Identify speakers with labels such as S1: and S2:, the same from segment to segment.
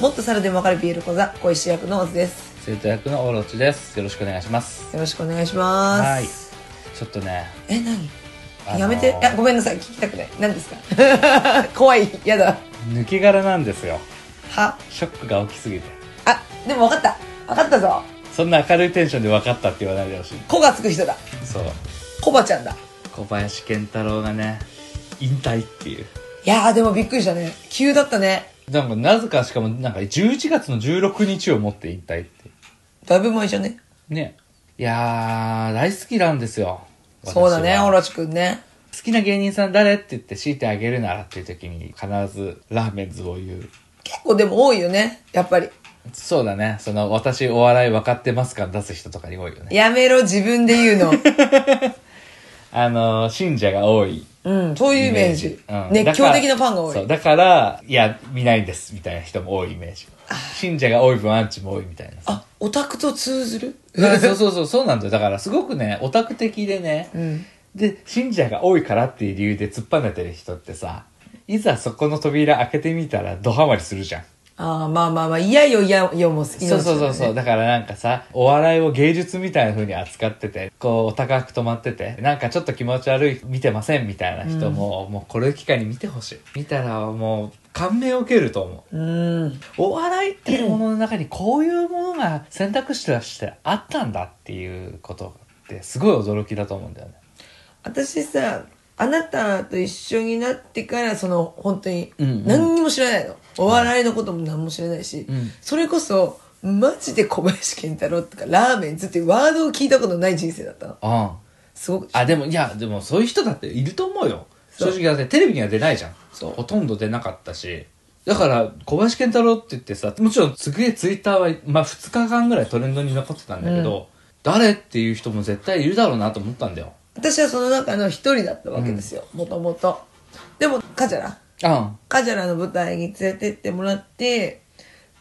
S1: もっと猿でもわかるビール講座小石役のオズです
S2: 生徒役のオロチですよろしくお願いします
S1: よろしくお願いします
S2: はいちょっとね、
S1: え何
S2: あのー
S1: やめてあごめんなさい聞きたくない何ですか 怖いやだ
S2: 抜け殻なんですよ
S1: は
S2: ショックが大きすぎて
S1: あでも分かった分かったぞ
S2: そんな明るいテンションで分かったって言わないでほしい
S1: 子がつく人だ
S2: そう
S1: コバちゃんだ
S2: 小林健太郎がね引退っていう
S1: いやーでもびっくりしたね急だったね
S2: なんかなぜかしかもなんか11月の16日をもって引退って
S1: だいぶ前じゃね
S2: ねいやー大好きなんですよ私は
S1: そうだねオロチくんね
S2: 好きな芸人さん誰って言って強いてあげるならっていう時に必ずラーメンズを言う
S1: 結構でも多いよねやっぱり
S2: そうだね。その、私お笑い分かってますか出す人とかに多いよね。
S1: やめろ自分で言う の
S2: あの、信者が多い。
S1: うんそういうイメージ熱狂的なファンが多い
S2: そう、だから、いや、見ないんです、みたいな人も多いイメージ。信者が多い分、アンチも多いみたいな。
S1: あオタクと通ずる
S2: うんそうそうそう、そうなんだよ。だから、すごくね、オタク的でね、
S1: ん
S2: で、信者が多いからっていう理由で突っ張ねてる人ってさ、いざそこの扉開けてみたら、ドハマりするじゃん。
S1: ああまあまあまあ嫌よ嫌よも好きな
S2: そう
S1: だ
S2: んそ
S1: よ
S2: う
S1: ね
S2: そうそう。だからなんかさ、お笑いを芸術みたいな風に扱ってて、こう、お高く止まってて、なんかちょっと気持ち悪い、見てませんみたいな人も、もうこれを機会に見てほしい。見たらもう、感銘を受けると思う。
S1: うん
S2: お笑いっていうものの中にこういうものが選択肢としてあったんだっていうことって、すごい驚きだと思うんだよね。
S1: 私さあなたと一緒になってからその本当に
S2: うんうん
S1: 何にも知らないの、お笑いのことも何も知らないし、
S2: うん
S1: それこそマジで小林健太郎とかラーメンズっていうワードを聞いたことない人生だったの
S2: うん。
S1: すごく
S2: あ、でも、いや、でもそういう人だっていると思うよ。
S1: そ
S2: 正
S1: う
S2: 直だってテレビには出ないじゃん。
S1: そう
S2: ほとんど出なかったし。だから、小林健太郎って言ってさ、もちろんすげえツイッターは、まあ2日間ぐらいトレンドに残ってたんだけど、誰っていう人も絶対いるだろうなと思ったんだよ。
S1: 私はその中の一人だったわけですよもともとでもカジャラ
S2: うん。
S1: カジャラの舞台に連れてってもらって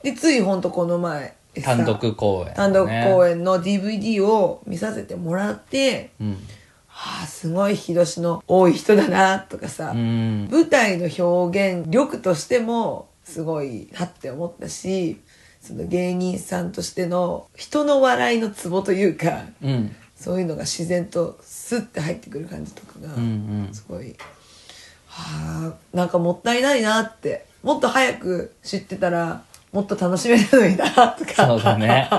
S1: でついほんとこの前さ
S2: 単独公演、
S1: 単独公。演の DVD を見させてもらって、
S2: うん。
S1: ああすごい日しの多い人だなとかさ、
S2: うん。
S1: 舞台の表現力としてもすごいなって思ったしその芸人さんとしての人の笑いのツボというか
S2: うん。
S1: そういうのが自然とスッて入ってくる感じとかが、
S2: うんうん
S1: すごいはあなんかもったいないなってもっと早く知ってたらもっと楽しめたのになとか
S2: そうだね。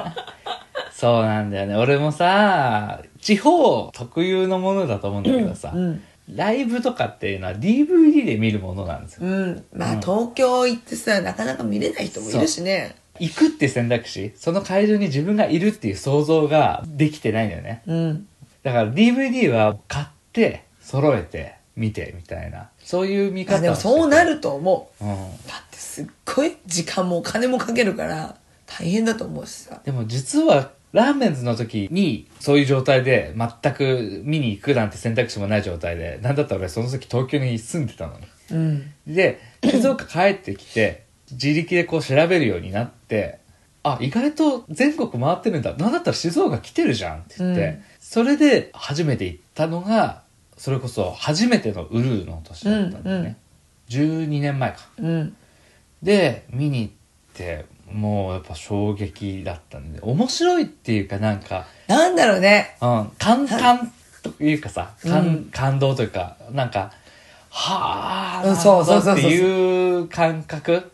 S2: そうなんだよね。俺もさ、地方特有のものだと思うんだけどさ、
S1: うんうん
S2: ライブとかっていうのは DVD で見るものなんです
S1: う
S2: よ。
S1: ん、まあ、
S2: うん
S1: 東京行ってさなかなか見れない人もいるしね
S2: 行くって選択肢、その会場に自分がいるっていう想像ができてないんだよね。
S1: うん
S2: だから DVD は買って、揃えて、見て、みたいな。そういう見
S1: あ
S2: 方
S1: で
S2: を
S1: も
S2: して
S1: そうな。ると思
S2: うん。
S1: うだってすっごい時間もお金もかけるから大変だと思うしさ
S2: でも実は、ラーメンズの時に、そういう状態で、全く見に行くなんて選択肢もない状態で、なんだったら俺その時東京に住んでたのに。
S1: うん
S2: で、静岡帰ってきて、自力でこう調べるようになって、あ、意外と全国回ってるんだ。なんだったら静岡来てるじゃんって言って、
S1: うん
S2: それで初めて行ったのが、それこそ初めてのウルーの年だったんだよね。12年前か。
S1: うん
S2: で、見に行って、もうやっぱ衝撃だったんで、面白いっていうかなんか、
S1: なんだろうね
S2: うん、感感というかさ、
S1: う
S2: 感
S1: ん
S2: 感動というか、なんか、は
S1: うん
S2: あ、
S1: そうそうそうそう
S2: っていう感覚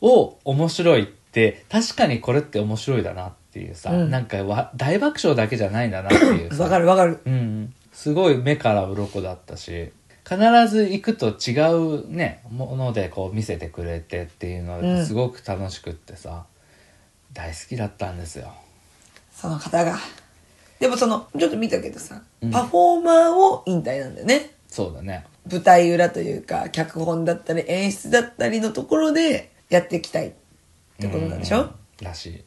S2: を面白いって、確かにこれって面白いだなっていうさ、
S1: うん
S2: なんかわ大爆笑だけじゃないんだなっていう
S1: わか
S2: さ、
S1: るわかる
S2: うんうん、すごい目から鱗だったし、必ず行くと違うね、ものでこう見せてくれてっていうの
S1: う
S2: が
S1: ん
S2: すごく楽しくってさ、大好きだったんですよ。
S1: その方がでもそのちょっと見たけどさ、
S2: うん
S1: パフォーマーを引退なんだよね
S2: そうだね。
S1: 舞台裏というか脚本だったり演出だったりのところでやっていきたいってことなんでしょ、
S2: うんらしい。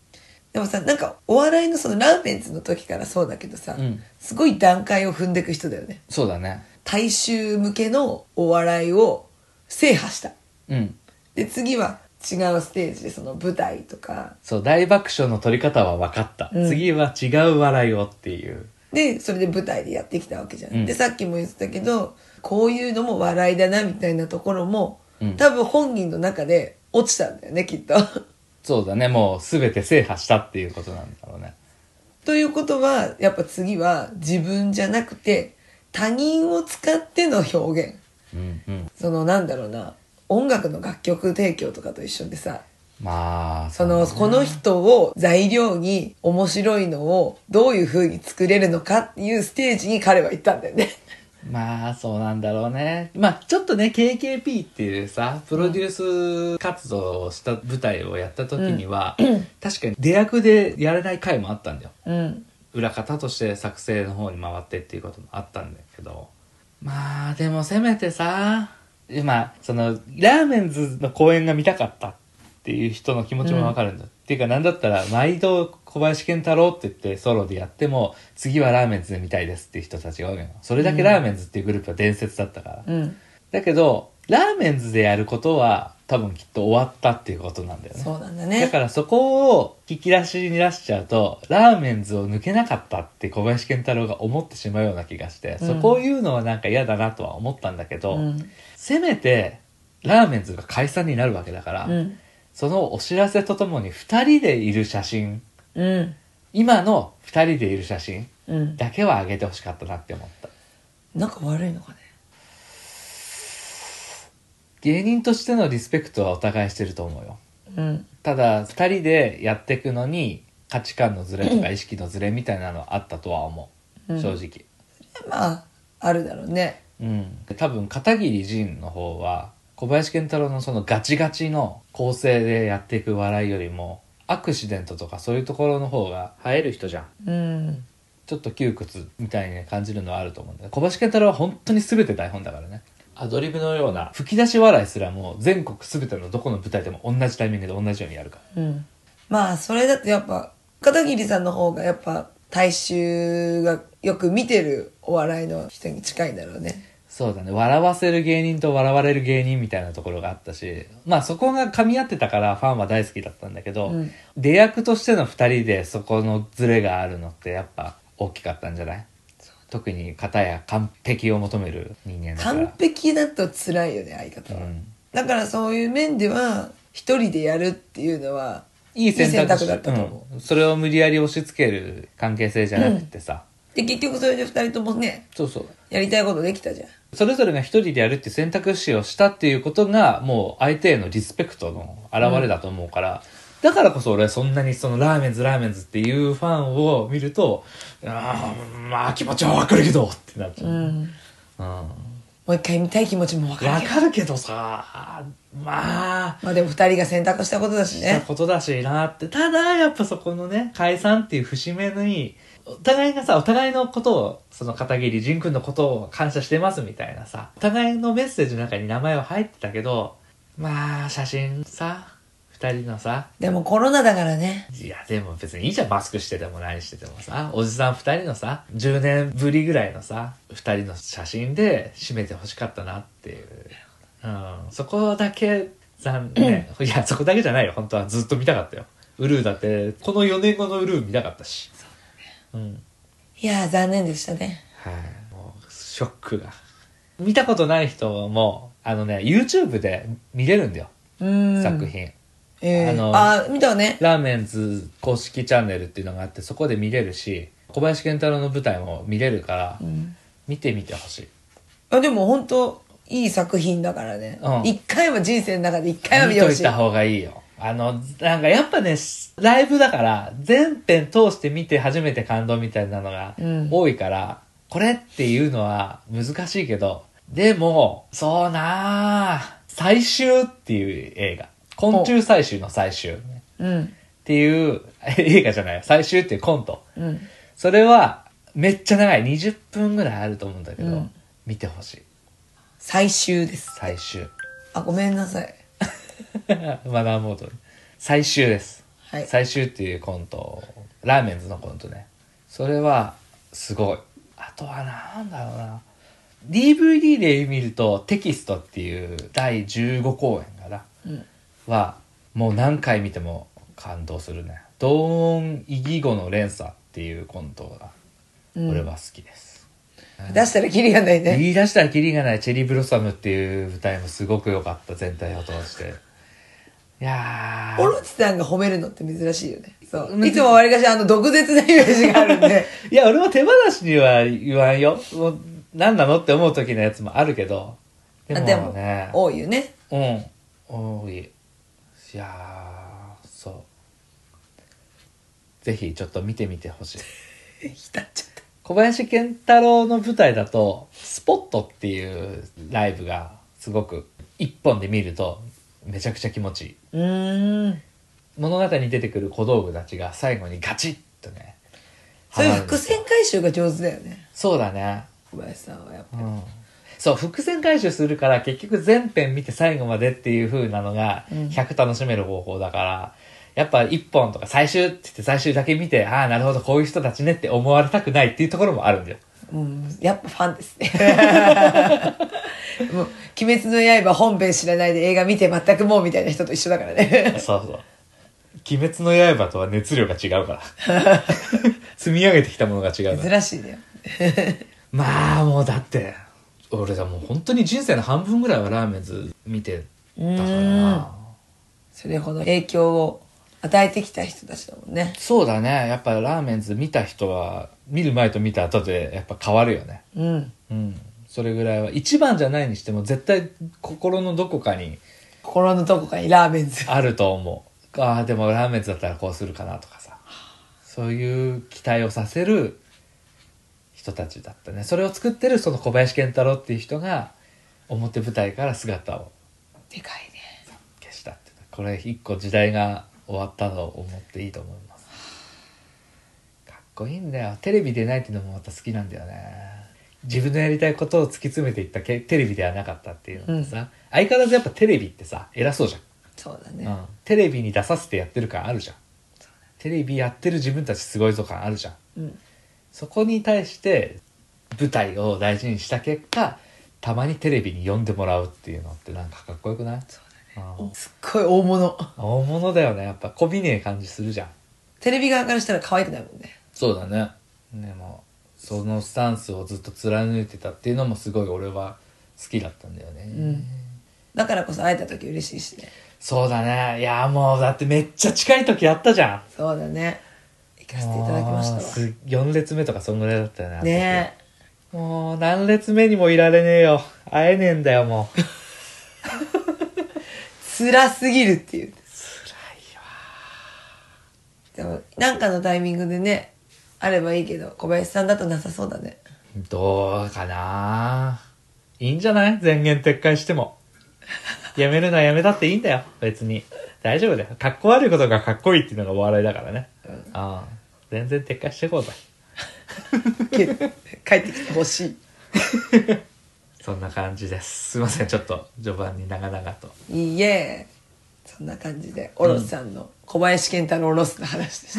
S1: でもさなんかお笑いのそのラーメンズの時からそうだけどさ、
S2: うん
S1: すごい段階を踏んでいく人だよね
S2: そうだね。
S1: 大衆向けのお笑いを制覇した
S2: うん。
S1: で次は違うステージでその舞台とか
S2: そう、大爆笑の取り方は分かった。
S1: うん
S2: 次は違う笑いをっていう。
S1: でそれで舞台でやってきたわけじゃん、
S2: うん
S1: でさっきも言ってたけどこういうのも笑いだなみたいなところも、
S2: うん
S1: 多分本人の中で落ちたんだよねきっと
S2: そうだね、もう全て制覇したっていうことなんだろうね。
S1: ということは、やっぱ次は自分じゃなくて、他人を使っての表現。
S2: うんうん。
S1: そのなんだろうな、音楽の楽曲提供とかと一緒でさ、
S2: まあ、
S1: その、
S2: うだね
S1: この人を材料に面白いのをどういう風に作れるのかっていうステージに彼は行ったんだよね。
S2: まあ、そうなんだろうね。まあ、ちょっとね、KKP っていうさ、プロデュース活動をした舞台をやった時には、確かに出役でやれない回もあったんだよ。
S1: うん。
S2: 裏方として作成の方に回ってっていうこともあったんだけどまあでもせめてさ今そのラーメンズの公演が見たかったっていう人の気持ちもわかるんだ、っていうかなんだったら毎度小林健太郎って言ってソロでやっても次はラーメンズで見たいですっていう人たちが多いのそれだけラーメンズっていうグループは伝説だったから、
S1: うん。
S2: だけどラーメンズでやることは多分きっと終わったっていうことなんだよね
S1: そうなんだ
S2: だ
S1: ね
S2: か。らそこを引き出しに出しちゃうと、ラーメンズを抜けなかったって小林健太郎が思ってしまうような気がして、
S1: うん
S2: そこを言うのはなんか嫌だなとは思ったんだけど、
S1: うん。
S2: せめて、ラーメンズが解散になるわけだから、
S1: うん。
S2: そのお知らせとともに二人でいる写真、
S1: うん。
S2: 今の二人でいる写真
S1: うん。
S2: だけは上げてほしかったなって思った。
S1: なんか悪いのかね。
S2: 芸人としてのリスペクトはお互いしてると思うよ。
S1: うん。
S2: ただ、二人でやっていくのに、価値観のズレとか意識のズレみたいなのはあったとは思う。
S1: うん
S2: 正直。
S1: まあ、あるだろうね。
S2: うん。多分、片桐仁の方は、小林健太郎のそのガチガチの構成でやっていく笑いよりも、アクシデントとかそういうところの方が映える人じゃん。
S1: うん。
S2: ちょっと窮屈みたいに感じるのはあると思うんだよ。小林健太郎は本当に全て台本だからね。アドリブのような吹き出し笑いすらも全国全てのどこの舞台でも同じタイミングで同じようにやるから。
S1: うん。まあ、それだってやっぱ、片桐さんの方がやっぱ、大衆がよく見てるお笑いの人に近いんだろうね。
S2: そうだね。笑わせる芸人と笑われる芸人みたいなところがあったし、まあそこが噛み合ってたからファンは大好きだったんだけど、
S1: うん
S2: 出役としての二人でそこのズレがあるのってやっぱ大きかったんじゃない特に片や完璧を求める人間だから。
S1: 完璧だと辛いよね、相方は。
S2: うん
S1: だからそういう面では、一人でやるっていうのは、
S2: いい選択肢
S1: だったと思う。
S2: うんそれを無理やり押し付ける関係性じゃなくてさ。
S1: で、結局それで二人ともね、
S2: そうそう。
S1: やりたいことできたじゃん。
S2: それぞれが一人でやるって選択肢をしたっていうことが、もう相手へのリスペクトの表れだと思うから、だからこそ俺はそんなにそのラーメンズラーメンズっていうファンを見ると、ああ、まあ気持ちはわかるけどってなっちゃう。うん。わ、
S1: もう一回見たい気持ちもわかるけど。
S2: かるけどさ、まあ、
S1: まあでも二人が選択したことだし
S2: した
S1: ね。
S2: ことだしなって。ただ、やっぱそこのね、解散っていう節目に、お互いがさ、お互いのことを、その片桐仁君のことを感謝してますみたいなさ、お互いのメッセージの中に名前は入ってたけど、まあ、写真さ、二人のさ、
S1: でもコロナだからね。
S2: いや、でも別にいいじゃん、マスクしてても何しててもさ、おじさん二人のさ、10年ぶりぐらいのさ、二人の写真で締めてほしかったなっていう。うん、そこだけ残念。いや、そこだけじゃないよ、本当は。ずっと見たかったよ。ウルーだって、この4年後のウルー見たかったし。うん。
S1: いやー残念でしたね。
S2: はい。もう、ショックが。見たことない人も、あのね、YouTube で見れるんだよ、
S1: うん。
S2: 作。品。
S1: えー、
S2: あ
S1: あ
S2: の
S1: ー見たわね。
S2: ラーメンズ公式チャンネルっていうのがあって、そこで見れるし、小林健太郎の舞台も見れるから、見てみてほしい。
S1: あでも本当いい作品だからね
S2: うん。
S1: 一、回は人生の中で一回は見
S2: 見
S1: てほ
S2: とい
S1: しい。
S2: た方がいいよ。あの、なんかやっぱね、ライブだから、全編通して見て初めて感動みたいなのが
S1: うん
S2: 多いから、これっていうのは難しいけど、でも、そうなあ最終っていう映画。昆虫採集の最終っ
S1: うん。
S2: ていう、映画じゃない、最終っていうコント。
S1: うん。
S2: それは、めっちゃ長い。20分ぐらいあると思うんだけど、
S1: うん
S2: 見てほしい。
S1: 最終です。
S2: 最終。
S1: あ、ごめんなさい。
S2: マナーモードに。最終です。
S1: はい
S2: 最終っていうコント、ラーメンズのコントね。それは、すごい。あとはなんだろうな。DVD で見ると、テキストっていう第15公演かな。は、もう何回見ても感動するね。同音異義語の連鎖っていうコントが、俺は好きです。
S1: 出したらキリがないね。
S2: 言い出したらキリがないチェリーブロッサムっていう舞台もすごく良かった全体を通していや
S1: オ
S2: ー
S1: ロチさんが褒めるのって珍しいよね。そうう。
S2: ん
S1: いつもわりかし、あの、毒舌なイメージがあるん で。
S2: いや、俺も手放しには言わんよ。もう、何なのって思う時のやつもあるけど。で
S1: あ
S2: も
S1: で
S2: ね。
S1: 多いよね。
S2: うん。多い。いやー、そう。ぜひ、ちょっと見てみてほしい。
S1: 浸っちゃった。
S2: 小林健太郎の舞台だと、スポットっていうライブが、すごく、一本で見ると、めちゃくちゃ気持ちいい。
S1: うーん。
S2: 物語に出てくる小道具たちが最後にガチッとね。
S1: そういう
S2: はまるんで
S1: 伏
S2: すよ
S1: 線回収が上手だよね。
S2: そうだね。
S1: 小林さんはやっぱ。
S2: うんそう、伏線回収するから結局全編見て最後までっていう風なのが
S1: うん
S2: 100楽しめる方法だから、やっぱ1本とか最終って言って最終だけ見て、ああ、なるほど、こういう人たちねって思われたくないっていうところもあるんだよ。
S1: うん、やっぱファンですね。 もう、鬼滅の刃本編知らないで映画見て全くもうみたいな人と一緒だからね。
S2: そうそう。鬼滅の刃とは熱量が違うから。 積み上げてきたものが違うか
S1: 珍
S2: ら。
S1: しいね。
S2: まあもうだって、俺がもう本当に人生の半分ぐらいはラーメンズ見てたからな。
S1: それほど影響を与えてきた人たちだもんね。
S2: そうだね。やっぱラーメンズ見た人は、見る前と見た後でやっぱ変わるよね。
S1: うん。
S2: うん。それぐらいは。一番じゃないにしても絶対心のどこかに
S1: 心のどこかにラーメンズ。
S2: あると思う。ああ、でもラーメンズだったらこうするかなとかさ。そういう期待をさせる人たちだったね。それを作ってるその小林健太郎っていう人が表舞台から姿を
S1: でかいね。
S2: 消したって。これ一個時代が終わったと思っていいと思います。かっこいいんだよ。テレビ出ないっていうのもまた好きなんだよね。自分のやりたいことを突き詰めていったけテレビではなかったっていうのってさ、相変わらずやっぱテレビってさ、偉そうじゃん。
S1: そうだね。
S2: うん、テレビに出させてやってる感あるじゃん。テレビやってる自分たちすごいぞ感あるじゃん。
S1: うん。
S2: そこに対して舞台を大事にした結果、たまにテレビに呼んでもらうっていうのってなんかかっこよくない
S1: そう
S2: うん
S1: だね。すっごい大物。
S2: 大物だよねやっぱこびねえ感じするじゃん
S1: テレビ側からしたら可愛くないもんね。
S2: そうだねでもそのスタンスをずっと貫いてたっていうのもすごい俺は好きだったんだよね、
S1: んだからこそ会えた時嬉しいしね。
S2: そうだねいやもうだってめっちゃ近い時あったじゃん
S1: そうだね。行かせていただきま
S2: もう
S1: したわ。
S2: す4列目とかそんぐらいだったよねあの時
S1: ねえ。
S2: もう何列目にもいられねえよ会えねえんだよもう辛
S1: 辛すぎるっていう。
S2: いよ
S1: でも、なんかのタイミングでね、あればいいけど、小林さんだとなさそうだね。
S2: どうかないいんじゃない前言撤回しても。やめるのはやめたっていいんだよ。別に。大丈夫だよ。かっこ悪いことがかっこいいっていうのがお笑いだからね。うん。全然撤回していこうぜ。
S1: け 帰ってきてほし
S2: そんな感じです。すいません。ちょっと序盤に長々と。
S1: い。いいえ。そんな感じで、おろすさんの、小林健太郎おろすの話でし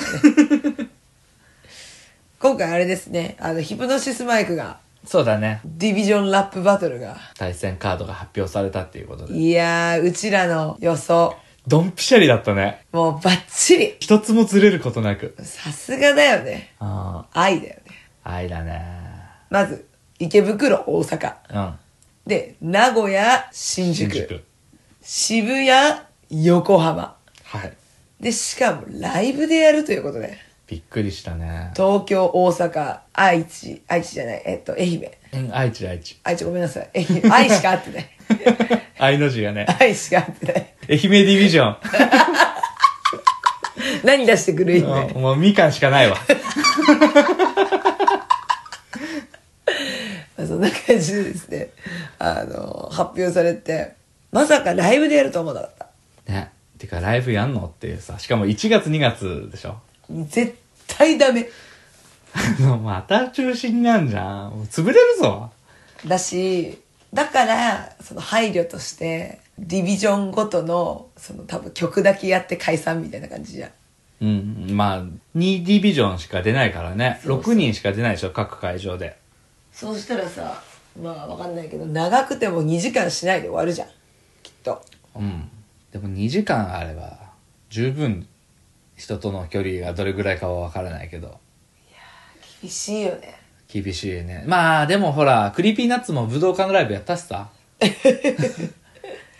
S1: たね。 今回あれですね、あの、ヒプノシスマイクが、
S2: そうだね。
S1: ディビジョンラップバトルが、
S2: 対戦カードが発表されたっていうことで。
S1: いやー、うちらの予想、
S2: ドンピシャリだったね。
S1: もうバッチリ
S2: 一つもずれることなく。
S1: さすがだよね。
S2: あ
S1: 愛だよね。
S2: あ。愛だね。
S1: まず、池袋、大阪。
S2: うん。
S1: で、名古屋、新宿。。渋谷、横浜。
S2: はい。
S1: で、しかもライブでやるということで。
S2: びっくりしたね。
S1: 東京、大阪、愛知、愛知じゃない、えっと、愛媛。
S2: うん、愛知愛知。
S1: 愛知ごめんなさい。愛 媛愛しか会ってない。
S2: 愛の字がね。
S1: 愛しか会ってない。
S2: 愛媛ディビジョン。
S1: 何出してくる愛媛。
S2: うんもうみかんしかないわ。
S1: まあそんな感じでですね、あの、発表されて、まさかライブでやると思わなかった。
S2: ね。てかライブやんのっていうさ、しかも1月2月でし ょ
S1: 絶対ダメ。
S2: また中止になんじゃん。もう潰れるぞ。
S1: だし、だから、その配慮として、ディビジョンごとの、その多分曲だけやって解散みたいな感じじゃん。
S2: うん、まあ、2ディビジョンしか出ないからね。
S1: そうそう
S2: 6人しか出ないでしょ、各会場で。
S1: そうしたらさ、まあわかんないけど、長くても2時間しないで終わるじゃん。きっと。
S2: うん。でも2時間あれば、十分人との距離がどれぐらいかはわからないけど、
S1: 厳しいよね。
S2: 厳しい ね。まあ、でもほら、クリーピーナッツも武道館のライブやったしさ。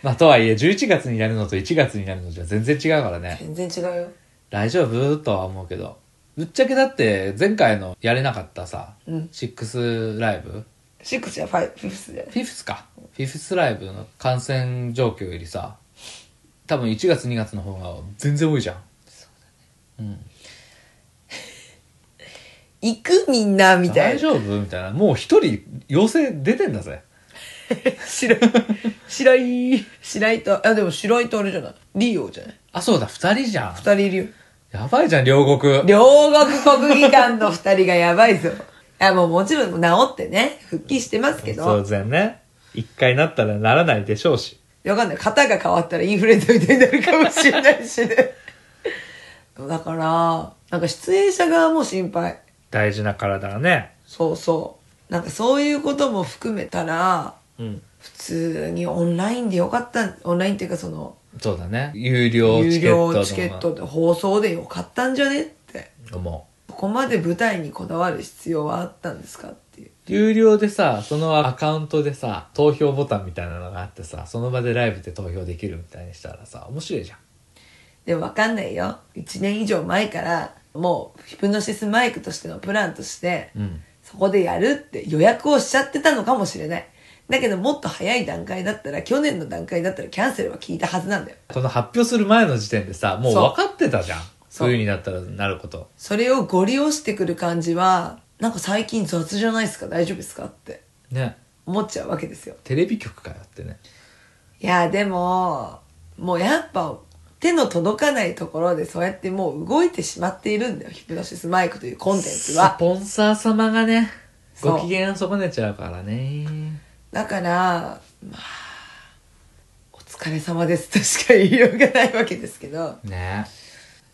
S2: まあ、とはいえ、11月になるのと1月になるのじゃ全然違うからね。
S1: 全然違うよ
S2: 大丈夫とは思うけど。ぶっちゃけだって、前回のやれなかったさ、
S1: うん
S2: シックスライブ
S1: 6じゃ5 5じゃない
S2: フィフスか。フィフスライブの感染状況よりさ、多分1月2月の方が全然多いじゃん。
S1: 行くみんなみたい
S2: 大
S1: な
S2: 丈夫みたいな。もう一人陽性出てんだぜ。
S1: 白い白い白井とあでも白井とあれじゃないリオじゃない
S2: あ、そうだ、二人じゃん。
S1: 二人いるよ
S2: やばいじゃん、両国。
S1: 両国国技館の二人がやばいぞいやもうもちろん治ってね復帰してますけ
S2: 当
S1: ど
S2: 然ね。一回なったらならないでしょうし。
S1: わかんない型が変わったらインフルエンザみたいになるかもしれないしね だからなんか出演者側も心配
S2: 大事な体はね。
S1: そうそうなんかそういうことも含めたら
S2: うん。
S1: 普通にオンラインでよかったオンラインっていうかその
S2: そうだね。有料
S1: 有
S2: チケッ
S1: 料
S2: トの
S1: チケットで放送でよかったんじゃねって
S2: 思
S1: ここまで舞台にこだわる必要はあったんですかっていう
S2: う。有料でさ、そのアカウントでさ、投票ボタンみたいなのがあってさ、その場でライブで投票できるみたいにしたらさ、面白いじゃん。
S1: でも分かんないよ1年以上前からもうヒプノシスマイクとしてのプランとして、
S2: うん
S1: そこでやるって予約をしちゃってたのかもしれないだけどもっと早い段階だったら去年の段階だったらキャンセルは聞いたはずなんだよ
S2: この発表する前の時点でさ、もう
S1: そう
S2: 分かってたじゃん。
S1: そう
S2: 冬になったらなること。
S1: それをご利用してくる感じはなんか最近雑じゃないですか大丈夫ですかって
S2: ね。
S1: 思っちゃうわけですよ
S2: テレビ局かよってね。
S1: いやでももうやっぱ手の届かないところでそうやってもう動いてしまっているんだよヒプノシスマイクというコンテンツは
S2: スポンサー様がね、
S1: そう
S2: ご機嫌を損ねちゃうからね。
S1: だからまあお疲れ様ですとしか言いようがないわけですけど
S2: ね。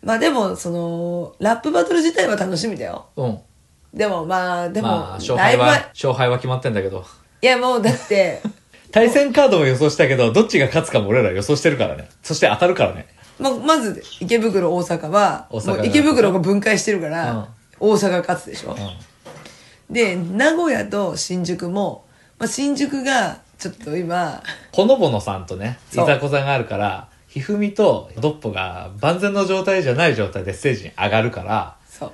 S1: まあでもそのラップバトル自体は楽しみだよ
S2: うん。
S1: でもまあでも、
S2: まあ、勝
S1: だい
S2: 敗
S1: ぶ
S2: は、勝敗は決まってんだけど。
S1: いやもうだって
S2: 対戦カードも予想したけど、どっちが勝つかも俺ら予想してるからね。そして当たるからね。
S1: ままず池袋大阪は
S2: 大阪が
S1: もう池袋が分解してるから、
S2: うん
S1: 大阪が勝つでしょ、で名古屋と新宿も、まあ、新宿がちょっと今
S2: ほのぼのさんとね、い
S1: そう
S2: ざこざがあるから、ひふみとドッポが万全の状態じゃない状態でステージに上がるから、
S1: そう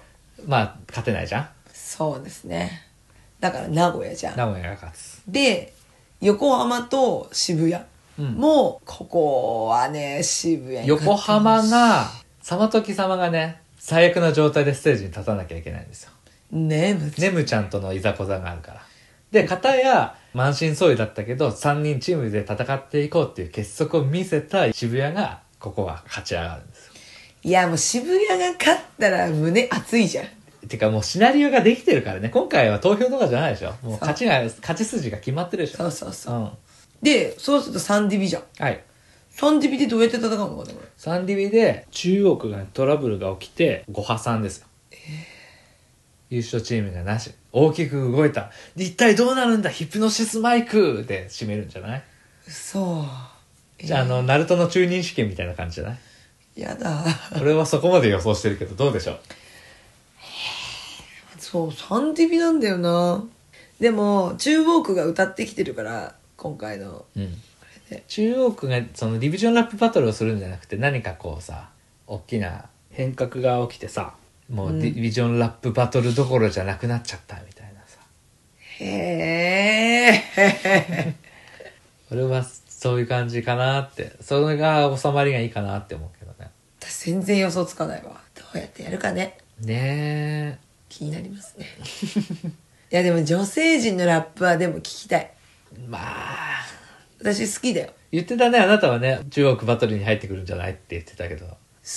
S2: まあ、勝てないじゃん。
S1: そうですねだから名古屋じゃん
S2: 名古屋が勝つ。
S1: で横浜と渋谷も、ここはね渋谷に
S2: 横浜が、さまとき様がね、最悪な状態でステージに立たなきゃいけないんですよ。
S1: ねむ
S2: ねむちゃんとのいざこざがあるから。で、片や、満身創痍だったけど、3人チームで戦っていこうっていう結束を見せた渋谷が、ここは勝ち上がるんですよ。
S1: いやもう渋谷が勝ったら胸熱いじゃん
S2: てかもうシナリオができてるからね、今回は投票とかじゃないでしょ。もう勝ちが、勝ち筋が決まってるでし
S1: そ
S2: ょ。。
S1: うそうそううんでそうするとサンディビじゃん
S2: はい。
S1: サンディビでどうやって戦うのかねこれ
S2: サンディビで中国がトラブルが起きて5破3ですよ、優勝チームがなし大きく動いた一体どうなるんだヒプノシスマイクで締めるんじゃない
S1: そう
S2: じゃああのナルトの中任試験みたいな感じじゃない
S1: やだ
S2: 俺はそこまで予想してるけどどうでしょう
S1: そうサンディビなんだよなでも中央区が歌ってきてるから今回の
S2: うん中央区がそのディビジョンラップバトルをするんじゃなくて何かこうさ大きな変革が起きてさもうディビジョンラップバトルどころじゃなくなっちゃったみたいなさ
S1: へえ
S2: 俺はそういう感じかなってそれが収まりがいいかなって思うけどね
S1: 私全然予想つかないわどうやってやるかね
S2: ね
S1: 気になります ねいやでも女性陣のラップはでも聞きたい
S2: えまあ
S1: 私好きだよ好
S2: 言ってたねあなたはね中国バトルに入ってくるんじゃないって言ってたけど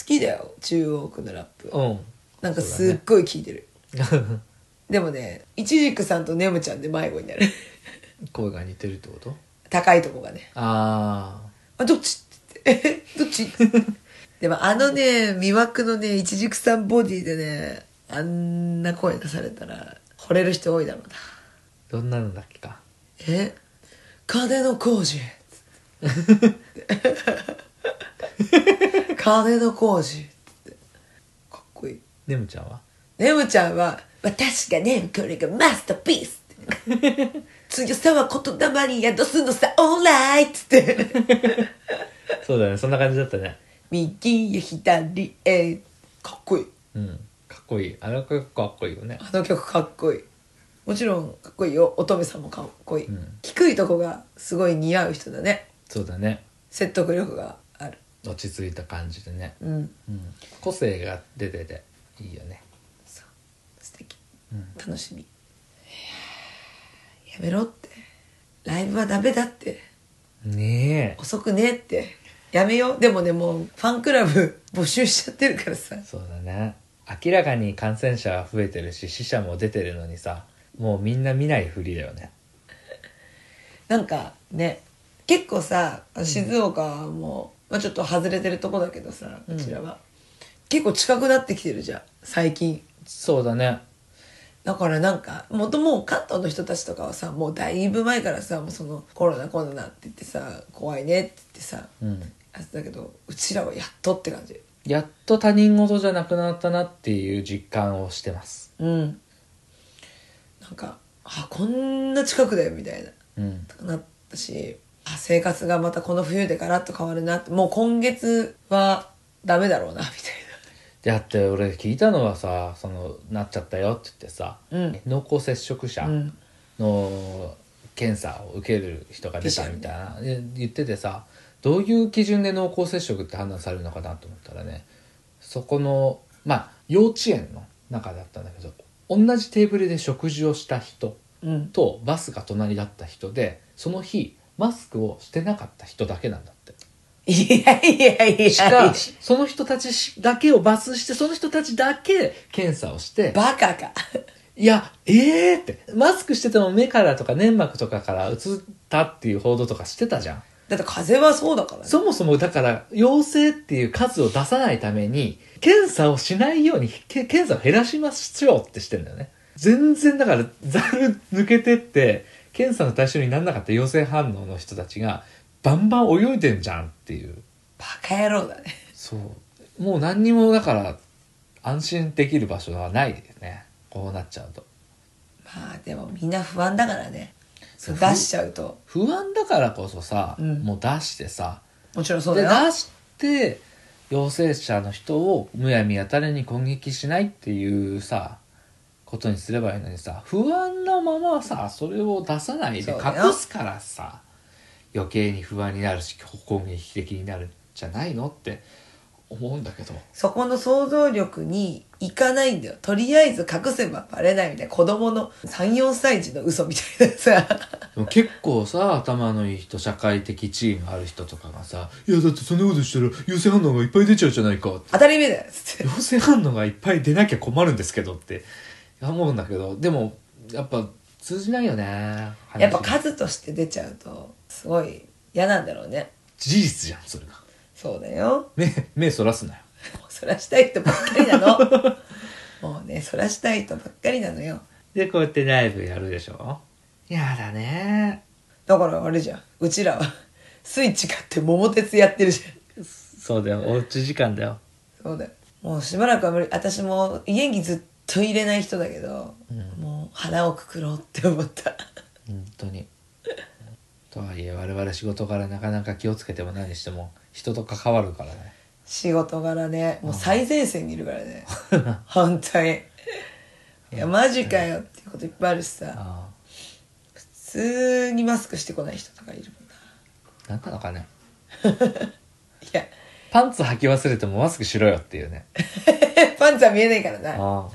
S1: きだよ中央区のラップ
S2: うん
S1: なんかすっごい聞いてる、でもねいちじくさんとねむちゃんで迷子になる
S2: 声が似てるってこと
S1: 高いとこがね
S2: ああ
S1: あどっちって言ってえどっちって言ってでもあのね魅惑のねいちじくさんボディでねあんな声出されたら惚れる人多いだろうな
S2: どんなのだっけか
S1: え金の工事金の工事かっこいい
S2: ねむちゃんは
S1: ねむちゃんは「私がねこれがマスターピース」って強さは言霊に宿すのさ、オーライっつって。
S2: そうだねそんな感じだったね
S1: 右へ左へ。かっこいい。
S2: うんかっこいいあの曲かっこいいよね
S1: あの曲かっこいい。もちろんかっこいいよ。乙女さんもかっこいい。
S2: うん
S1: 低いとこがすごい似合う人だね。
S2: そうだね
S1: 説得力がある。
S2: 落ち着いた感じでね、
S1: うん。
S2: うん、個性が出てていいよね
S1: そう。素敵。
S2: うん
S1: 楽しみ。いやーやめろって。ライブはダメだって。
S2: ね
S1: 遅くねって。やめよう。でもね、もうファンクラブ 募集しちゃってるからさ
S2: え。そうだね明らかに感染者は増えてるし死者も出てるのにさもうみんな見ないふりだよね
S1: なんかね結構さ静岡はもう、まあ、ちょっと外れてるとこだけどさこちらは、結構近くなってきてるじゃん最近
S2: そうだね
S1: だからなんかもともう関東の人たちとかはさもうだいぶ前からさもうそのコロナコロナって言ってさ怖いねって言ってさ
S2: うん
S1: あだけどうちらはやっとって感じ
S2: やっと他人事じゃなくなったなっていう実感をしてます
S1: うんなんかあこんな近くだよみたいな
S2: うん
S1: なったしあ生活がまたこの冬でガラッと変わるなってもう今月はダメだろうなみ
S2: だって俺聞いたのはさそのなっちゃったよって言ってさ、
S1: うん
S2: 濃厚接触者
S1: たいな、うん、
S2: の検査を受ける人が出たみたいなで言っててさどういう基準で濃厚接触って判断されるのかなと思ったらねそこのまあ幼稚園の中だったんだけど同じテーブルで食事をした人
S1: うん、
S2: とバスが隣だった人でその日マスクをしてなかった人だけなんだって。
S1: いやいやいや
S2: しか、その人たちしだけをバスして、その人たちだけ検査をして、
S1: バカか
S2: いや、ええー、って、マスクしてても目からとか粘膜とかから移ったっていう報道とかしてたじゃん。
S1: だって風邪はそうだからね
S2: そもそもだから、陽性っていう数を出さないために、検査をしないように、け検査を減らしましょうってしてんだよね。全然だから、ざる抜けてって、検査の対象にならなかった陽性反応の人たちが、バンバン泳いでんじゃんっていう。
S1: バカ野郎だね
S2: そうもう何にもだから安心できる場所はないですねこうなっちゃうと
S1: まあでもみんな不安だからねそ
S2: そう
S1: う出しちゃうと
S2: 不安だからこそさ、
S1: うん
S2: もう出してさ
S1: もちろんそう
S2: で
S1: だ
S2: 出
S1: よ
S2: して陽性者の人をむやみやたらに攻撃しないっていうさことにすればいいのにさ不安なままさそれを出さないで
S1: そうだよ
S2: 隠すからさ余計に不安になるし攻撃的になるんじゃないのって思うんだけど
S1: そこの想像力にいかないんだよとりあえず隠せばバレないみたいな子供の34歳児の嘘みたいなさ
S2: でも結構さ頭のいい人社会的地位のある人とかがさ「いやだってそんなことしたら陽性反応がいっぱい出ちゃうじゃないか」
S1: 当たり前だよつって
S2: 陽性反応がいっぱい出なきゃ困るんですけど」って思うんだけどでもやっぱ通じないよね話
S1: やっぱ数として出ちゃうとすごい嫌なんだろうね
S2: 事実じゃんそれが
S1: そうだよ
S2: 目目そらすなよ
S1: もうそらしたい人ばっかりなのもうねそらしたい人ばっかりなのよ
S2: でこうやってライブやるでしょやだね
S1: だからあれじゃんうちらはスイッチ買って桃鉄やってるじゃん
S2: そうだよおうち時間だよ
S1: そうだよもうしばらくは無理私も家にずっと入れない人だけど、もう腹をくくろうって思った
S2: 本当にとはいえ我々仕事からなかなか気をつけても何しても人と関わるからね
S1: 仕事柄ねもう最前線にいるからね本当にいやマジかよっていうこといっぱいあるしさ、
S2: あ
S1: 普通にマスクしてこない人とかいるもんな
S2: あなんなのかね
S1: いや
S2: パンツ履き忘れてもマスクしろよっていうね
S1: パンツは見えないからな
S2: あ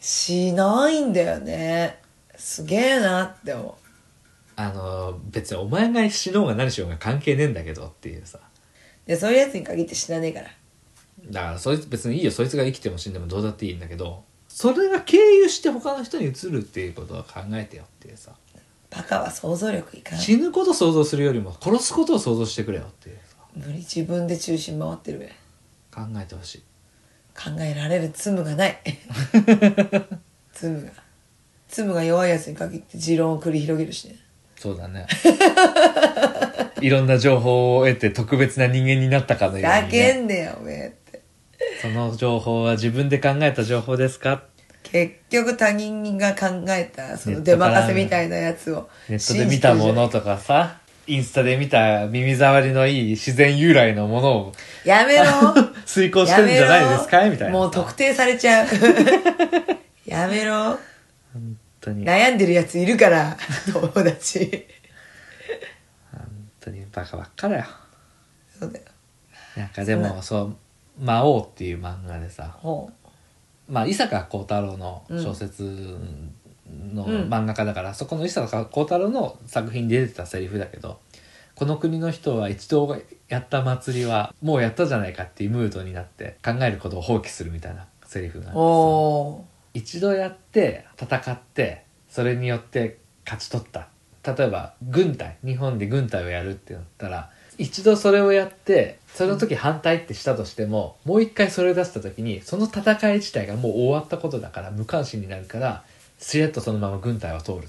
S1: しないんだよねすげえなって思う
S2: ああの別にお前が死のうが何しようが関係ねえんだけどっていうさ
S1: でそういうやつに限って死なねえから
S2: だからそいつ別にいいよそいつが生きても死んでもどうだっていいんだけどそれが経由して他の人に移るっていうことは考えてよっていうさ
S1: バカは想像力いかない
S2: 死ぬことを想像するよりも殺すことを想像してくれよっていうさ
S1: 無理自分で中心回ってるべ
S2: 考えてほしい
S1: 考えられるツムが ないツムがツムが弱いやつに限って持論を繰り広げるしね
S2: そうだ ね。いろんな情報を得て特別な人間になったかのよう
S1: だ
S2: に、
S1: け
S2: ね。
S1: んねやおめえって
S2: その情報は自分で考えた情報ですか
S1: 結局他人が考えたそ
S2: ネ
S1: の
S2: ット
S1: 出
S2: から
S1: 任せみたいなやつを
S2: ネットで見たものとかさインスタで見た耳障りのいい自然由来のもの を
S1: やめろ
S2: 遂行してるんじゃないですか
S1: やめろ
S2: みたいな
S1: もう特定されちゃう やめろ
S2: 本当に本
S1: 悩んでるやついる から友達
S2: 当にバカばっかだよ
S1: そうだよ
S2: なんかで
S1: そう
S2: もそう「魔王」っていう漫画でさ
S1: ほ
S2: まあ伊坂幸太郎の小説の
S1: うん
S2: 漫画家だから、そこの伊坂幸太郎の作品に出てたセリフだけどこの国の人は一度やった祭りはもうやったじゃないかっていうムードになって考えることを放棄するみたいなセリフがあ
S1: う
S2: ってさ
S1: お
S2: 一度やって戦ってそれによって勝ち取った例えば軍隊日本で軍隊をやるってなったら一度それをやってその時反対ってしたとしても、もう一回それを出した時にその戦い自体がもう終わったことだから無関心になるからしれっとそのまま軍隊は通るってっ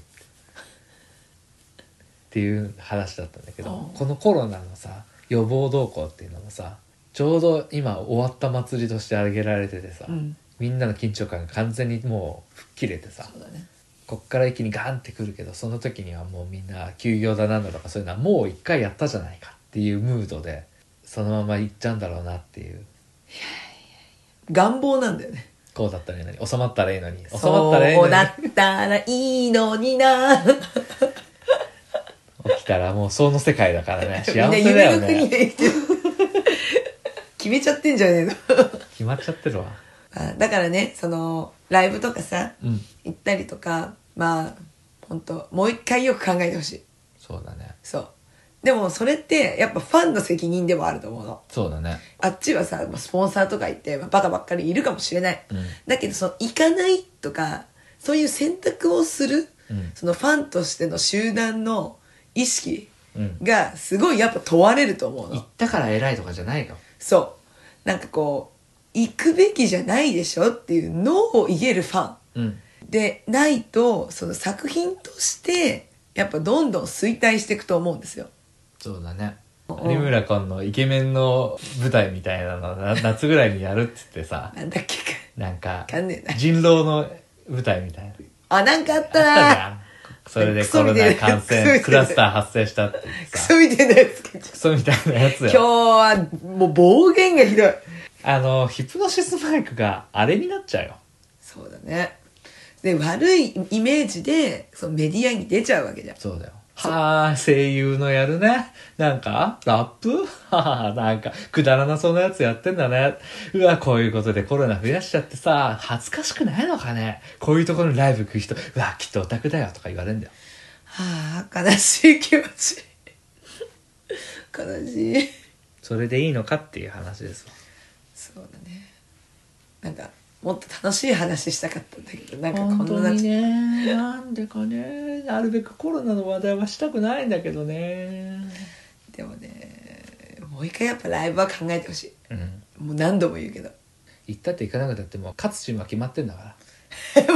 S2: ていう話だったんだけど
S1: うん
S2: このコロナのさ予防動向っていうのもさちょうど今終わった祭りとして挙げられててさ、
S1: ーうん
S2: みんなの緊張感が完全にもう吹っ切れてさ
S1: そうだね
S2: こっから一気にガンってくるけどその時にはもうみんな休業だなんだとかそういうのはもう一回やったじゃないかっていうムードでそのまま行っちゃうんだろうなっていう
S1: 願望なんだよね
S2: こうだったらいいのに収まったらいいのに収まったらいい
S1: そ
S2: の
S1: う
S2: に
S1: なったらいいのに な
S2: 起きたらもうその世界だから ね幸
S1: みんな
S2: せだ
S1: 夢
S2: よ
S1: の国
S2: ね
S1: で生きてる 決めちゃってんじゃねえの
S2: 決まっちゃってるわ
S1: あだからねそのライブとかさ
S2: うん
S1: 行ったりとかまあ本当もう一回よく考えてほしい
S2: そうだね
S1: そうでもそれってやっぱファンの責任でもあると思うの
S2: そうだね
S1: あっちはさスポンサーとか言ってまあバカばっかりいるかもしれない、
S2: うん
S1: だけどその行かないとかそういう選択をする、
S2: うん
S1: そのファンとしての集団の意識
S2: うん
S1: がすごいやっぱ問われると思うの、
S2: 行ったから偉いとかじゃないよ
S1: そうなんかこう行くべきじゃないでしょっていうノーを言えるファン
S2: うん
S1: でないとその作品としてやっぱどんどん衰退していくと思うんですよ
S2: そうだね
S1: うん
S2: 有村君のイケメンの舞台みたいなのな夏ぐらいにやるっつってさ
S1: なんだっけか
S2: なんか
S1: わかんねえな
S2: 人狼の舞台みたいな
S1: あなんかあった
S2: あったじ
S1: な
S2: ゃんそれで
S1: ク
S2: コ
S1: ソ
S2: ロ
S1: みたい
S2: ナ
S1: な
S2: 感
S1: クソみたい
S2: 染
S1: な
S2: クラスター発生したって言って
S1: ク
S2: さ
S1: ソみたいなやつか
S2: クソみたいなやつ
S1: 今日
S2: よ
S1: はもう暴言がひどい
S2: あのヒプノシスマイクがあれになっちゃうよ
S1: そうだねで悪いイメージでそのメディアに出ちゃうわけじゃん
S2: そうだよはあ声優のやるねなんかラップ はあなんかくだらなそうなやつやってんだねうわこういうことでコロナ増やしちゃってさ恥ずかしくないのかねこういうところにライブ行く人うわきっとオタクだよとか言われるんだよ
S1: はあ悲しい気持ち悲しい
S2: それでいいのかっていう話ですわ
S1: そうだねなんかもっと楽しい話したかったんだけどなんかこ
S2: 本
S1: ん
S2: 当
S1: ななっ
S2: に
S1: ちゃ
S2: ねなんでかねなるべくコロナの話題はしたくないんだけどね
S1: でもねもう一回やっぱライブは考えてほし
S2: うん
S1: いもう何度も言うけど
S2: 行ったって行かなくたってもう勝つチームは決まってんだか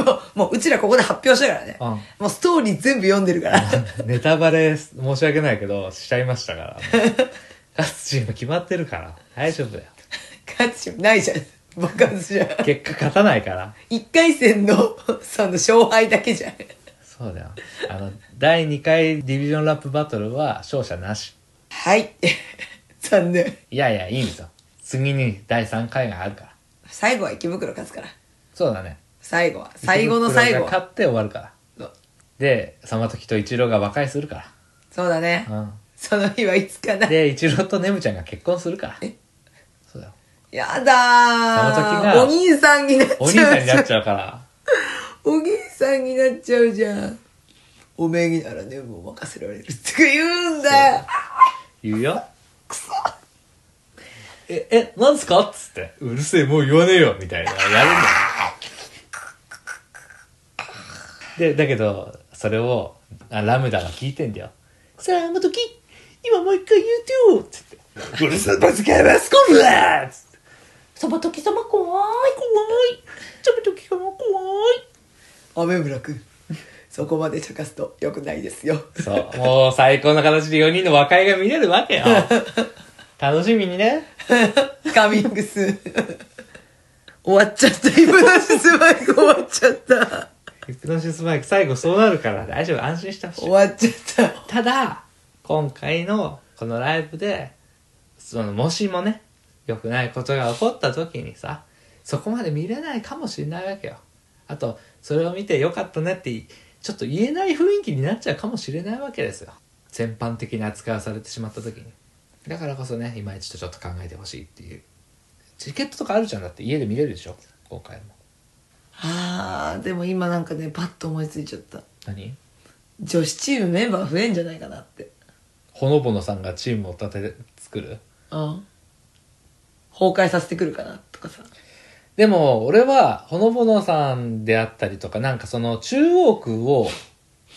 S1: もうもううちらここで発表したからね
S2: ら、うん
S1: もうストーリー全部読んでる から
S2: ネタバレ申し訳ないけどしちゃいましたから勝つチーム決まってるから大丈夫だよ
S1: 勝つしないじゃん爆発じゃん
S2: 結果勝たないから
S1: 一回戦のその勝敗だけじゃん
S2: そうだよあの第2回ディビジョンラップバトルは勝者なし
S1: はい残念
S2: いやいやいいんですよ次に第3回があるから
S1: 最後は池袋勝つから
S2: そうだね
S1: 最後は最後の最後
S2: 池袋が
S1: は
S2: 勝って終わるから
S1: そう
S2: で様時と一郎が和解するか
S1: そうだね
S2: ら、
S1: その日はいつか
S2: う、
S1: なん
S2: で一郎とねむちゃんが結婚するから
S1: え
S2: そうだよ
S1: やだ
S2: その時
S1: ー
S2: が
S1: お兄さんになっちゃう
S2: お兄さんになっ
S1: ゃう
S2: ちゃうから
S1: お兄さんになっちゃうじゃんおめえにならねもう任せられるって言うんだよ
S2: 言うよくそえ、え、なんすかっつって、うるせえ、もう言わねえよみたいな、やるんだよ。で、だけど、それを、あラムダが聞いてんだよ。さあ、あの時、今もう一回言うてよっつって、うるせえ、バスケバスコルだっつって、そば時様怖い、怖い、そば時様怖い。
S1: 雨村君そこまで茶化すとよくないですよ
S2: そう、もう最高の形で4人の和解が見れるわ けよ。楽しみにね。
S1: カミングスン。終わっちゃった。ヒプノシスマイク終わっちゃった。
S2: ヒプノシスマイク最後そうなるから大丈夫安心してほしい
S1: 終わっちゃった。
S2: ただ今回のこのライブでそのもしもね良くないことが起こった時にさそこまで見れないかもしれないわけよあとそれを見て良かったねってちょっと言えない雰囲気になっちゃうかもしれないわけですよ全般的に扱わされてしまった時にだからこそね今一度ちょっと考えてほしいっていうチケットとかあるじゃんだって家で見れるでしょ今回も
S1: あー、でも今なんかね、パッと思いついちゃった。
S2: 何
S1: 女子チームメンバー増えんじゃないかなって。
S2: ほのぼのさんがチームを立て作る
S1: うん。崩壊させてくるかなとかさ。
S2: でも、俺は、ほのぼのさんであったりとか、なんかその、中央区を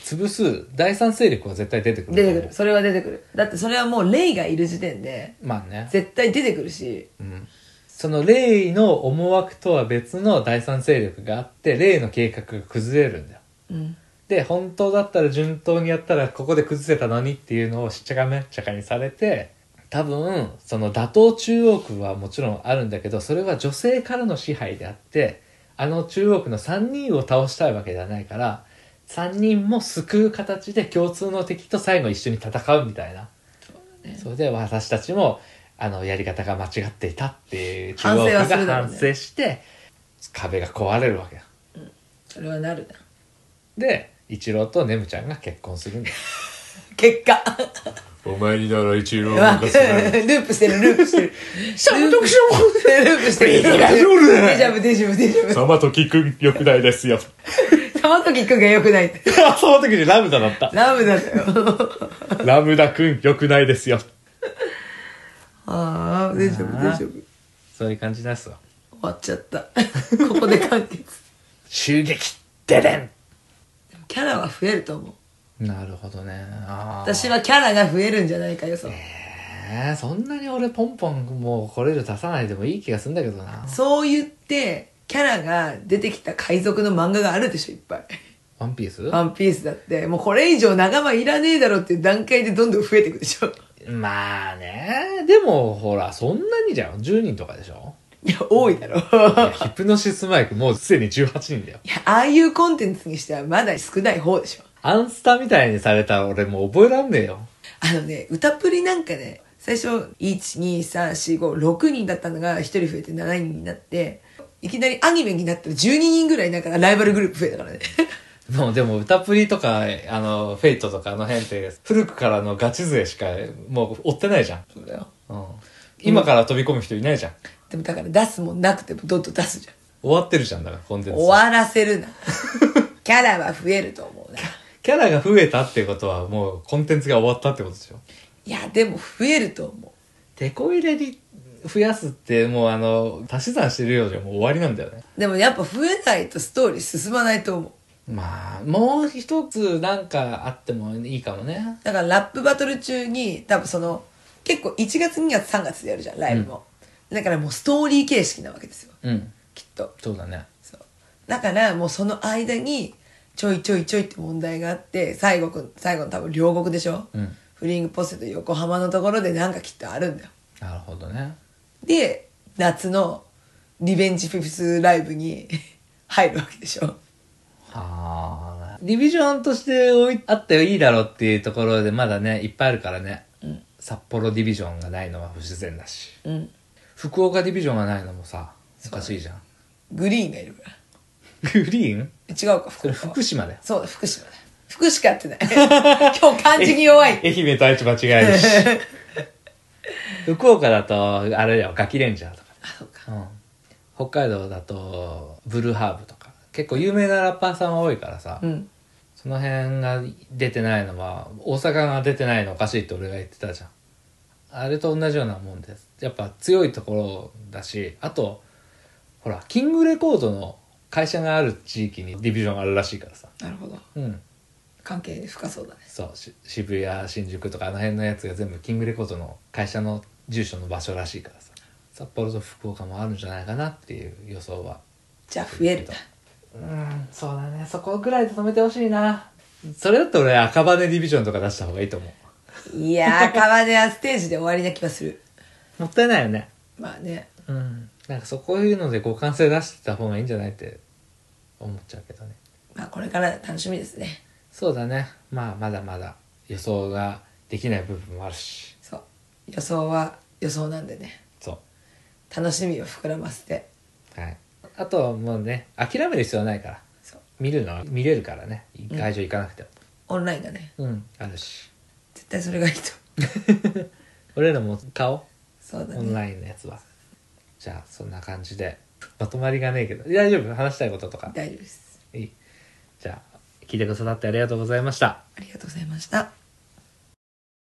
S2: 潰す第三勢力は絶対出てくる。
S1: 出てくる。。それは出てくる。だってそれはもうレイがいる時点で、
S2: まあね。
S1: 絶対出てくるし、
S2: うん。その、霊の思惑とは別の第三勢力があって、霊の計画が崩れるんだよ。
S1: うん。
S2: で、本当だったら順当にやったら、ここで崩れたのにっていうのをしっちゃかめっちゃかにされて、多分、その打倒中央区はもちろんあるんだけど、それは女性からの支配であって、あの中央区の3人を倒したいわけではないから、3人も救う形で共通の敵と最後一緒に戦うみたいな。それで私たちも、あの、やり方が間違っていたっていう中
S1: 反
S2: 央
S1: 省はす
S2: 区
S1: るだ
S2: が
S1: ろうね
S2: 反省して、壁が壊れるわけよ。
S1: それはなるな。
S2: で、一郎とネムちゃんが結婚するんだよ
S1: 結果。
S2: お前になら一郎
S1: わ ル ープしてる、ループしてる。 シャム特徴ループしてる。
S2: ビリラジオル
S1: デジャブ、デジャブ、デジャブ。
S2: サマトキ君良くないですよ。
S1: たまときくんが良くないって。
S2: その時にラムダだった。
S1: ラムダだよ。
S2: ラムダ君良くないですよ。
S1: ああ、デジャブ、デジャブ。
S2: そういう感じですわ。
S1: 終わっちゃった。ここで完結。
S2: 襲撃ででん
S1: キャラは増えると思う。
S2: なるほどね。あー
S1: 私はキャラが増えるんじゃないかよ、そう。
S2: えー、そんなに俺ポンポンもうこれ以上出さないでもいい気がするんだけどな。
S1: そう言って、キャラが出てきた海賊の漫画があるでしょ、いっぱい。
S2: ワンピース
S1: ワンピースだって、もうこれ以上仲間いらねえだろっていう段階でどんどん増えていくでしょ。
S2: まあね。でもほら、そんなにじゃん。10人とかでしょ
S1: いや、多いだろ。
S2: いやヒプノシスマイクもうすでに18人だよ。
S1: いや、ああいうコンテンツにしてはまだ少ない方でしょ。
S2: アンスタみたいにされたら俺もう覚えらんねえよ。
S1: あのね、歌プリなんかね、最初、1、2、3、4、5、6人だったのが1人増えて7人になって、いきなりアニメになったら12人ぐらいなんかライバルグループ増えたからね。
S2: もうでも歌プリとか、あの、フェイトとかあの辺って、古くからのガチ勢しか、もう追ってないじゃん。
S1: そうだよ。
S2: うん。今から飛び込む人いないじゃん。
S1: でもだから出すもんなくてもどんどん出すじゃ
S2: 終わってるじゃん、だからコンテン
S1: ん。
S2: ツ。
S1: 終わらせるな。 キャラは増えると思うな。
S2: キャラが増えたってことは、もうコンテンツが終わったってことでしょ。
S1: いや、でも増えると思
S2: テこ入れに増やすって、もうあの、足し算してるようじゃもう終わりなんだよね。
S1: う。でもやっぱ増えないとストーリー進まないと思う。
S2: まあ、もう一つなんかあってもいいかもね。
S1: だからラップバトル中に多分その結構1月2月3月でやるじゃんライブも、だからもうストーリー形式なわけですよ
S2: うん。
S1: きっと
S2: そうだね。
S1: そうだからもうその間にちょいちょいちょいって問題があって最後く最後の多分両国でしょ、
S2: うん
S1: フリングポセと横浜のところでなんかきっとあるんだよ
S2: なるほどね。
S1: で夏のリベンジフィフスライブに 入るわけでしょ
S2: あーリビジョンとしておいあっていいだろうっていうところでまだねいっぱいあるからね、札幌ディビジョンがないのは不自然だし
S1: うん
S2: 福岡ディビジョンがないのもさおかしいじゃん
S1: グリーンがいるから
S2: グリーン
S1: 違うか
S2: そ
S1: 福
S2: れ
S1: 岡は
S2: 福島だよ
S1: そうだ福島だ福しかやってない 今日漢字に弱い
S2: 愛媛と愛知間違 えるし福岡だとあれだよガキレンジャーとか、
S1: あそうか
S2: うん、北海道だとブルーハーブとか結構有名なラッパーさんは多いからさ、
S1: うん
S2: その辺が出てないのは大阪が出てないのおかしいって俺が言ってたじゃんあれと同じようなもんですやっぱ強いところだしあとほらキングレコードの会社がある地域にディビジョンがあるらしいからさ
S1: なるほど
S2: うん
S1: 関係深そうだね
S2: そうし渋谷新宿とかあの辺のやつが全部キングレコードの会社の住所の場所らしいからさ札幌と福岡もあるんじゃないかなっていう予想は
S1: じゃあ増えるな
S2: うんそうだねそこぐらいで止めてほしいなそれだと俺赤羽ディビジョンとか出した方がいいと思う
S1: いやー川根はステージで終わりな気がする
S2: もったいないよね
S1: まあね
S2: うん、なんかそこいうので互換性出してた方がいいんじゃないって思っちゃうけどね
S1: まあこれから楽しみですね
S2: そうだねまあまだまだ予想ができない部分もあるし
S1: そう予想は予想なんでね
S2: そ
S1: 楽しみを膨らませて
S2: うはいあとはもうね諦める必要はないから
S1: そう
S2: 見るのは見れるからね会場行かなくても
S1: オンラインがね
S2: うん、あるし
S1: 絶対それがいいと
S2: 俺らも顔
S1: そうだ
S2: オン
S1: ね
S2: ラインのやつはじゃあそんな感じでまとまりがねえけど大丈夫話したいこととか
S1: 大丈夫です
S2: いいじゃあ聞いてくださってありがとうございました
S1: ありがとうございました